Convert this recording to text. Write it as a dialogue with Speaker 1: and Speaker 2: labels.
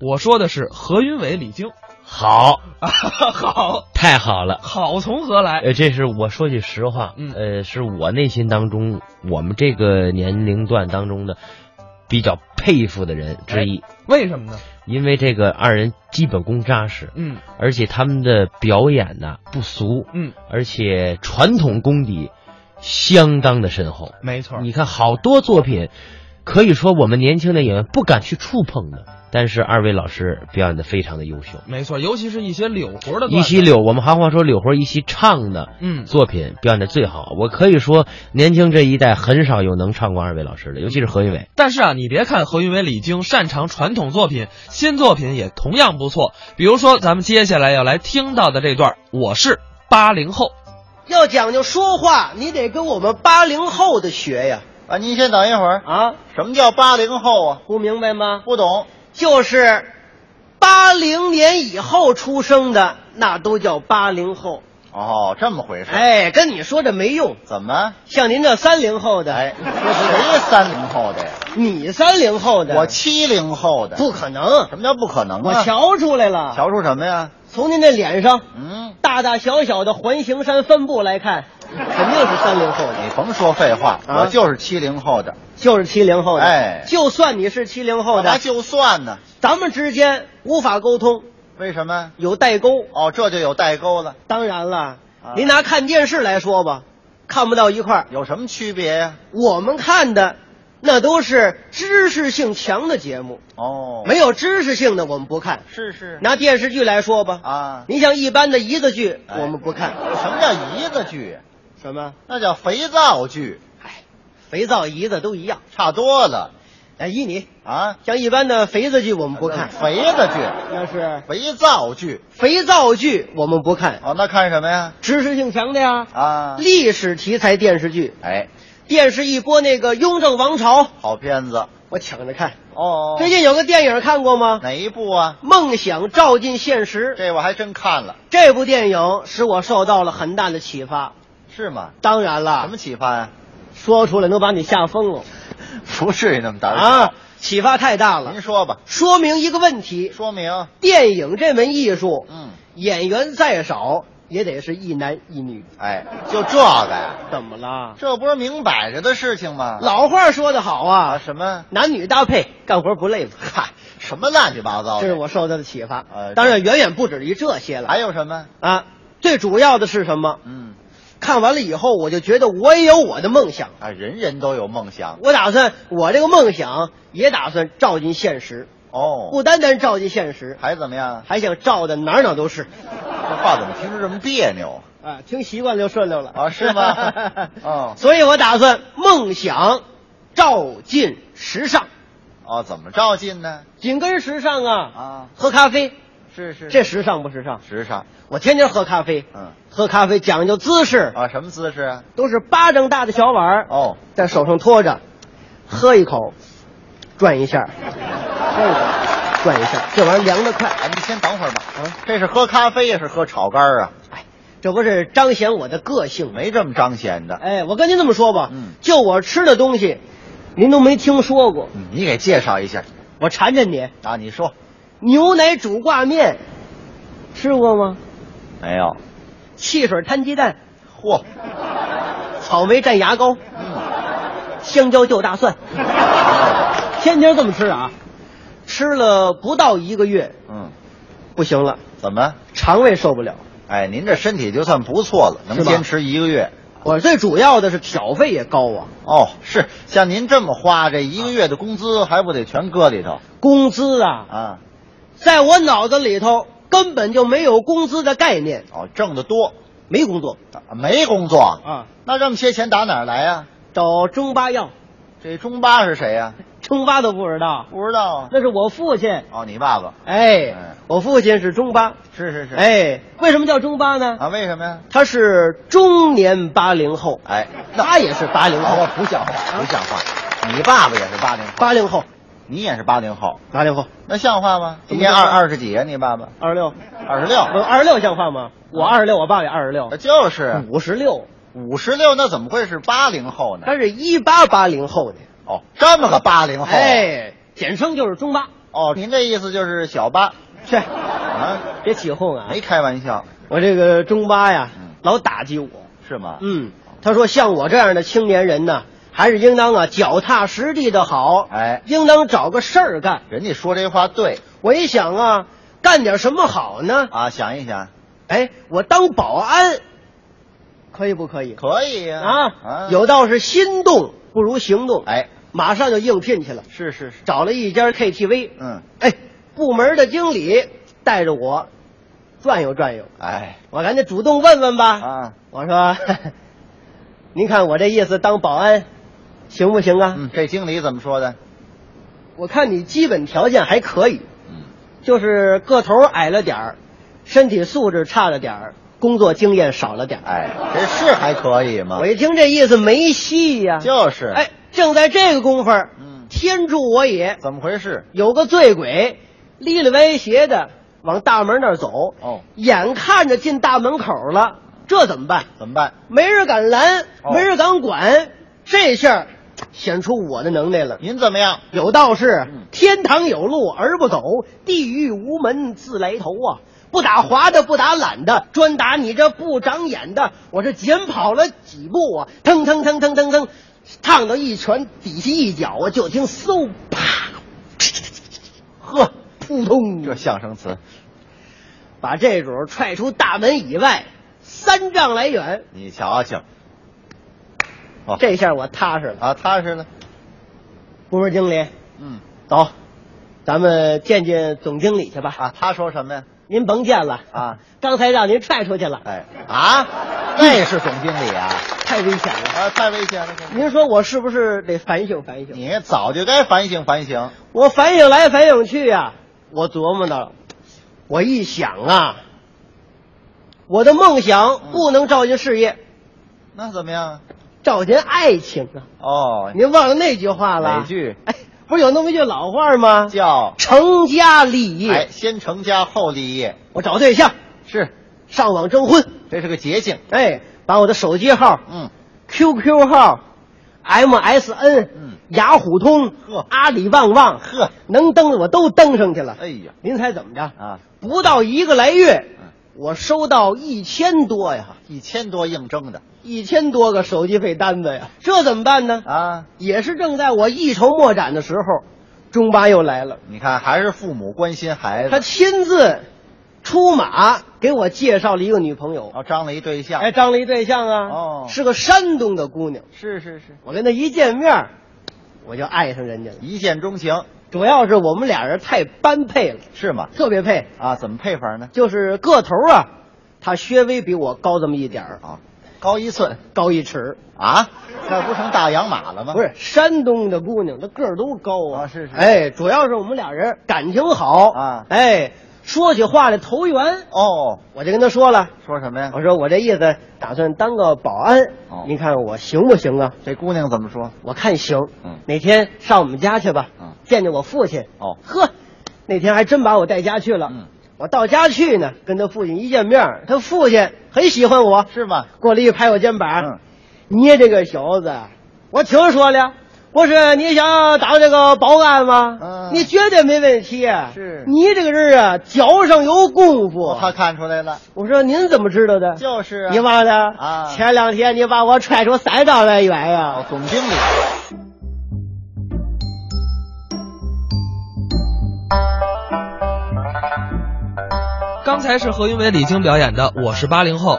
Speaker 1: 我说的是何云伟、李 菁
Speaker 2: 好，
Speaker 1: 啊，好
Speaker 2: 太好了。
Speaker 1: 好从何来？
Speaker 2: 呃，这是我说句实话，
Speaker 1: 嗯
Speaker 2: 呃，是我内心当中我们这个年龄段当中的比较佩服的人之一，
Speaker 1: 为什么呢？
Speaker 2: 因为这个二人基本功扎实，
Speaker 1: 嗯
Speaker 2: 而且他们的表演呢不俗，
Speaker 1: 嗯，
Speaker 2: 而且传统功底相当的深厚。
Speaker 1: 没错儿，
Speaker 2: 你看，好多作品可以说我们年轻的演员不敢去触碰的，但是二位老师表演的非常的优秀。
Speaker 1: 没错儿，尤其是一些柳活的段子
Speaker 2: 一席柳，我们行话说柳活一席唱的，
Speaker 1: 嗯
Speaker 2: 作品表演的最好。我可以说，年轻这一代很少有能唱过二位老师的，尤其是何云伟。
Speaker 1: 但是啊，你别看何云伟、李菁擅长传统作品，新作品也同样不错。比如说，咱们接下来要来听到的这段儿，我是八零后，
Speaker 3: 要讲究说话，你得跟我们八零后的学呀！
Speaker 4: 啊，您先等一会儿，
Speaker 3: 啊，
Speaker 4: 什么叫八零后啊？
Speaker 3: 不明白吗？
Speaker 4: 不懂。
Speaker 3: 就是八零年以后出生的，那都叫八零后。
Speaker 4: 哦，这么回事。，
Speaker 3: 哎，跟你说这没用，
Speaker 4: 怎么？
Speaker 3: 像您这三零后的，
Speaker 4: 哎，谁三零后的呀？
Speaker 3: 你三零后的，
Speaker 4: 我七零后的。
Speaker 3: 不可能，
Speaker 4: 什么叫不可能啊？
Speaker 3: 我瞧出来了，
Speaker 4: 瞧出什么呀？
Speaker 3: 从您这脸上
Speaker 4: 嗯，
Speaker 3: 大大小小的环形山分布来看，肯定是三零后的，
Speaker 4: 你甭说废话，
Speaker 3: 啊
Speaker 4: 我就是七零后的。
Speaker 3: 就是七零后的。
Speaker 4: 哎
Speaker 3: 就算你是七零后的
Speaker 4: 那，就算呢？
Speaker 3: 咱们之间无法沟通，
Speaker 4: 为什么？
Speaker 3: 有代沟。
Speaker 4: 哦，这就有代沟了。
Speaker 3: 当然了
Speaker 4: 啊，
Speaker 3: 您拿看电视来说吧，看不到一块儿。
Speaker 4: 有什么区别呀？
Speaker 3: 我们看的那都是知识性强的节目，
Speaker 4: 哦，
Speaker 3: 没有知识性的我们不看。
Speaker 4: 是是
Speaker 3: 拿电视剧来说吧，
Speaker 4: 啊。
Speaker 3: 您像一般的一个剧
Speaker 4: 哎
Speaker 3: 我们不看，
Speaker 4: 什么叫姨子剧？
Speaker 3: 什么
Speaker 4: 那叫肥皂剧，
Speaker 3: 肥皂、胰子都一样。
Speaker 4: 差多了
Speaker 3: 哎，依你，
Speaker 4: 啊。
Speaker 3: 像一般的肥皂剧我们不看，
Speaker 4: 肥子剧、
Speaker 3: 那是
Speaker 4: 肥皂剧。
Speaker 3: 肥皂剧我们不看，
Speaker 4: 哦，那看什么呀？
Speaker 3: 知识性强的呀，
Speaker 4: 啊，
Speaker 3: 历史题材电视剧，
Speaker 4: 哎，
Speaker 3: 电视一播那个《雍正王朝》，
Speaker 4: 好片子
Speaker 3: 我抢着看。
Speaker 4: 哦
Speaker 3: 最近有个电影看过吗？
Speaker 4: 哪一部啊？
Speaker 3: 梦想照进现实。
Speaker 4: 这我还真看了，
Speaker 3: 这部电影使我受到了很大的启发。
Speaker 4: 是吗？
Speaker 3: 当然
Speaker 4: 什
Speaker 3: 了
Speaker 4: 么，启发呀、
Speaker 3: 说出来能把你吓疯了
Speaker 4: 不至于那么大
Speaker 3: 啊！启发太大了
Speaker 4: 您，说吧，
Speaker 3: 说明一个问题：
Speaker 4: 说明。
Speaker 3: 电影这门艺术，
Speaker 4: 嗯，
Speaker 3: 演员再少也得是一男一女。
Speaker 4: 哎，就这个呀，
Speaker 3: 怎么了？
Speaker 4: 这不是明摆着的事情吗？
Speaker 3: 老话说得好
Speaker 4: 啊，
Speaker 3: 啊，
Speaker 4: 什么
Speaker 3: 男女搭配干活不累嘛。嗨，
Speaker 4: 什么乱七八糟的，
Speaker 3: 这是我受到的启发
Speaker 4: 呃。
Speaker 3: 当然，远远不止于这些了
Speaker 4: 还有什么？
Speaker 3: 啊。最主要的是什么？
Speaker 4: 嗯，
Speaker 3: 看完了以后，我就觉得我也有我的梦想。
Speaker 4: 啊，人人都有梦想
Speaker 3: 我打算，我这个梦想也打算照进现实，
Speaker 4: 哦，
Speaker 3: 不单单照进现实，
Speaker 4: 还怎么样？
Speaker 3: 还想照的哪儿哪儿都是。
Speaker 4: 这话怎么听着这么别扭？
Speaker 3: 啊，听习惯就顺溜了
Speaker 4: 啊 是吗哦
Speaker 3: 所以我打算梦想照进时尚，
Speaker 4: 哦，怎么照进呢？
Speaker 3: 紧跟时尚啊！
Speaker 4: 啊，
Speaker 3: 喝咖啡，
Speaker 4: 是是，
Speaker 3: 这时尚不时尚？
Speaker 4: 时尚，
Speaker 3: 我天天喝咖啡，
Speaker 4: 嗯，
Speaker 3: 喝咖啡讲究姿势，
Speaker 4: 啊，什么姿势啊？
Speaker 3: 都是巴掌大的小碗儿，
Speaker 4: 哦，
Speaker 3: 在手上托着，喝一口，转一下，喝一口，转一下，这玩意儿凉得快。
Speaker 4: 哎，你先等会儿吧。
Speaker 3: 啊，
Speaker 4: 这是喝咖啡呀，是喝炒肝儿啊？
Speaker 3: 哎，这不是彰显我的个性吗？
Speaker 4: 没这么彰显的。
Speaker 3: 哎，我跟您这么说吧，
Speaker 4: 嗯
Speaker 3: 就我吃的东西，您都没听说过。
Speaker 4: 你给介绍一下
Speaker 3: 我缠着你，
Speaker 4: 啊？你说
Speaker 3: 牛奶煮挂面，吃过吗？
Speaker 4: 没有？
Speaker 3: 汽水摊鸡蛋，
Speaker 4: 嚯，
Speaker 3: 草莓蘸牙膏，
Speaker 4: 嗯，
Speaker 3: 香蕉就大蒜，天天这么吃啊。吃了不到一个月，
Speaker 4: 嗯，
Speaker 3: 不行了，
Speaker 4: 怎么？
Speaker 3: 肠胃受不了。
Speaker 4: 哎，您这身体就算不错了，能
Speaker 3: 是吧
Speaker 4: 坚持一个月。
Speaker 3: 我最主要的是挑费也高啊，
Speaker 4: 哦，是像您这么花，这一个月的工资还不得全搁里头
Speaker 3: 工资啊，
Speaker 4: 啊？
Speaker 3: 在我脑子里头根本就没有工资的概念，
Speaker 4: 哦，挣得多，
Speaker 3: 没工作
Speaker 4: 啊没工作，
Speaker 3: 啊，
Speaker 4: 那这么些钱打哪儿来呀、
Speaker 3: 找中巴要，
Speaker 4: 这中巴是谁呀、
Speaker 3: 中巴都不知道，
Speaker 4: 不知道啊。
Speaker 3: 那是我父亲，
Speaker 4: 哦，你爸爸
Speaker 3: 哎
Speaker 4: 哎，
Speaker 3: 我父亲是中巴，
Speaker 4: 是是是。
Speaker 3: 哎，为什么叫中巴呢？
Speaker 4: 啊，为什么呀？
Speaker 3: 他是中年八零后，
Speaker 4: 哎，
Speaker 3: 他也是八零后啊
Speaker 4: 哦，，不像话，不像话！你爸爸也是八零后，
Speaker 3: 八零后，
Speaker 4: 你也是八零后，
Speaker 3: 八零后，
Speaker 4: 那像话吗？
Speaker 3: 怎
Speaker 4: 今
Speaker 3: 么哦
Speaker 4: 年
Speaker 3: 像
Speaker 4: 二
Speaker 3: 话
Speaker 4: 二十几啊？你爸爸
Speaker 3: 二十六，
Speaker 4: 二十六，啊
Speaker 3: 我二十六像话吗？我二十六，我爸也二十六，
Speaker 4: 呃就是啊
Speaker 3: 五十六，
Speaker 4: 五十六，那怎么会是八零后呢？
Speaker 3: 他是一八八零后的，
Speaker 4: 哦，这么个八零后，，
Speaker 3: 哎哎，简称就是中巴。
Speaker 4: 哦，您这意思就是小八
Speaker 3: 这
Speaker 4: 啊？
Speaker 3: 别起哄啊！
Speaker 4: 没开玩笑，
Speaker 3: 我这个中巴呀
Speaker 4: 嗯，
Speaker 3: 老打击我。
Speaker 4: 是吗？
Speaker 3: 嗯，他说像我这样的青年人呢，还是应当啊脚踏实地的好，
Speaker 4: 哎
Speaker 3: 应当找个事儿干。
Speaker 4: 人家说这话对
Speaker 3: 我一想啊，干点什么好呢？
Speaker 4: 啊，想一想，
Speaker 3: 哎，我当保安，可以不可以？
Speaker 4: 可以呀
Speaker 3: 啊，有道是心动不如行动，，
Speaker 4: 哎，
Speaker 3: 马上就应聘去了，
Speaker 4: 是是是，
Speaker 3: 找了一家 KTV，
Speaker 4: 嗯，
Speaker 3: 哎，部门的经理带着我转悠转悠，
Speaker 4: 哎
Speaker 3: 我赶紧主动问问吧。
Speaker 4: 啊，
Speaker 3: 我说 呵呵：“您看我这意思，当保安行不行啊？
Speaker 4: 嗯，这经理怎么说的？
Speaker 3: 我看你基本条件还可以，
Speaker 4: 嗯，
Speaker 3: 就是个头矮了点儿，身体素质差了点儿，工作经验少了点儿。
Speaker 4: 哎，这是还可以吗
Speaker 3: 我？一听这意思没戏呀、
Speaker 4: 就是，
Speaker 3: 哎，，正在这个功夫儿，
Speaker 4: 嗯
Speaker 3: 天助我也，
Speaker 4: 怎么回事？
Speaker 3: 有个醉鬼，立了歪斜的往大门那儿走，
Speaker 4: 哦，
Speaker 3: 眼看着进大门口了，这怎么办？
Speaker 4: 怎么办？
Speaker 3: 没人敢拦，
Speaker 4: 哦
Speaker 3: 没人敢管，这下儿显出我的能耐了。
Speaker 4: 您怎么样？
Speaker 3: 有道是
Speaker 4: 嗯
Speaker 3: 天堂有路而不走，地狱无门自来投啊！不打滑的，不打懒的，专打你这不长眼的。我这减跑了几步啊，腾腾腾腾腾腾，烫到一拳底下一脚啊，就听嗖啪，呵，扑通，
Speaker 4: 这相声词，
Speaker 3: 把这主儿踹出大门以外三丈来远。
Speaker 4: 你瞧瞧，哦，
Speaker 3: 这下我踏实了。
Speaker 4: 啊踏实了，
Speaker 3: 部门经理，
Speaker 4: 嗯，
Speaker 3: 走，咱们见见总经理去吧。
Speaker 4: 啊，他说什么呀？
Speaker 3: 您甭见了
Speaker 4: 啊，
Speaker 3: 刚才让您踹出去了，
Speaker 4: 哎，
Speaker 3: 嗯
Speaker 4: 啊，那是总经理啊，
Speaker 3: 太危险了。
Speaker 4: 啊，太危险了。
Speaker 3: 您说我是不是得反省反省？
Speaker 4: 你早就该反省反省，
Speaker 3: 我反省来反省去呀、我琢磨到了，我一想啊，我的梦想不能照进事业，
Speaker 4: 那怎么样？
Speaker 3: 照进爱情啊！
Speaker 4: 哦，
Speaker 3: 您忘了那句话了？
Speaker 4: 哪句？
Speaker 3: 哎，不是有那么一句老话吗？
Speaker 4: 叫
Speaker 3: 成家立
Speaker 4: 哎，
Speaker 3: 业。
Speaker 4: 先成家后立业，
Speaker 3: 我找对象，
Speaker 4: 是，
Speaker 3: 上网征婚，
Speaker 4: 这是个捷径。
Speaker 3: 哎，把我的手机号
Speaker 4: 嗯，
Speaker 3: QQ 号、MSN、
Speaker 4: 嗯
Speaker 3: 雅虎通
Speaker 4: 呵、
Speaker 3: 阿里旺旺，
Speaker 4: 呵，
Speaker 3: 能登的我都登上去了。
Speaker 4: 哎呀，
Speaker 3: 您猜怎么着？
Speaker 4: 啊，
Speaker 3: 不到一个来月
Speaker 4: 嗯，
Speaker 3: 我收到一千多呀，
Speaker 4: 一千多应征的
Speaker 3: 一千多个手机费单子呀，这怎么办呢？
Speaker 4: 啊！
Speaker 3: 也是正在我一筹莫展的时候，中巴又来了，
Speaker 4: 你看，还是父母关心孩
Speaker 3: 他
Speaker 4: 子。
Speaker 3: 亲自出马给我介绍了一个女朋友，
Speaker 4: 哦，张了一对象。
Speaker 3: 哎，，张了一对象啊，
Speaker 4: 哦
Speaker 3: 是个山东的姑娘。
Speaker 4: 是是是，
Speaker 3: 我跟她一见面，我就爱上人家了。
Speaker 4: 一见钟情
Speaker 3: 主要是我们俩人太般配了，
Speaker 4: 是吗？
Speaker 3: 特别配，
Speaker 4: 啊，怎么配法呢？
Speaker 3: 就是个头啊，他稍微比我高这么一点儿，
Speaker 4: 啊，高一寸
Speaker 3: 高一尺。
Speaker 4: 啊，那不成大洋马了吗？
Speaker 3: 不，是山东的姑娘，她个儿都高啊。
Speaker 4: 啊是是
Speaker 3: 哎，主要是我们俩人感情好
Speaker 4: 啊
Speaker 3: 哎，说起话来投缘。
Speaker 4: 哦，
Speaker 3: 我就跟她说了，
Speaker 4: 说什么呀？
Speaker 3: 我说我这意思打算当个保安，
Speaker 4: 哦
Speaker 3: 您看我行不行啊？
Speaker 4: 这姑娘怎么说？
Speaker 3: 我看行，
Speaker 4: 嗯
Speaker 3: 哪天上我们家去吧，
Speaker 4: 嗯
Speaker 3: 见见我父亲。
Speaker 4: 哦
Speaker 3: 呵，那天还真把我带家去了。
Speaker 4: 嗯
Speaker 3: 我到家去呢，跟他父亲一见面，他父亲很喜欢我，
Speaker 4: 是吗？
Speaker 3: 过来一拍我肩膀，
Speaker 4: 嗯，
Speaker 3: 你这个小子，我听说了。不是你想当这个保安吗？
Speaker 4: 嗯
Speaker 3: 你绝对没问题。啊
Speaker 4: 是
Speaker 3: 你这个人啊，脚上有功夫。
Speaker 4: 哦他看出来了，
Speaker 3: 我说您怎么知道的？
Speaker 4: 就是啊。
Speaker 3: 你忘了
Speaker 4: 啊
Speaker 3: 前两天你把我踹出三丈来远啊呀、
Speaker 4: 哦，总经理。
Speaker 1: 刚才是何云伟、李菁表演的《我是八零后》，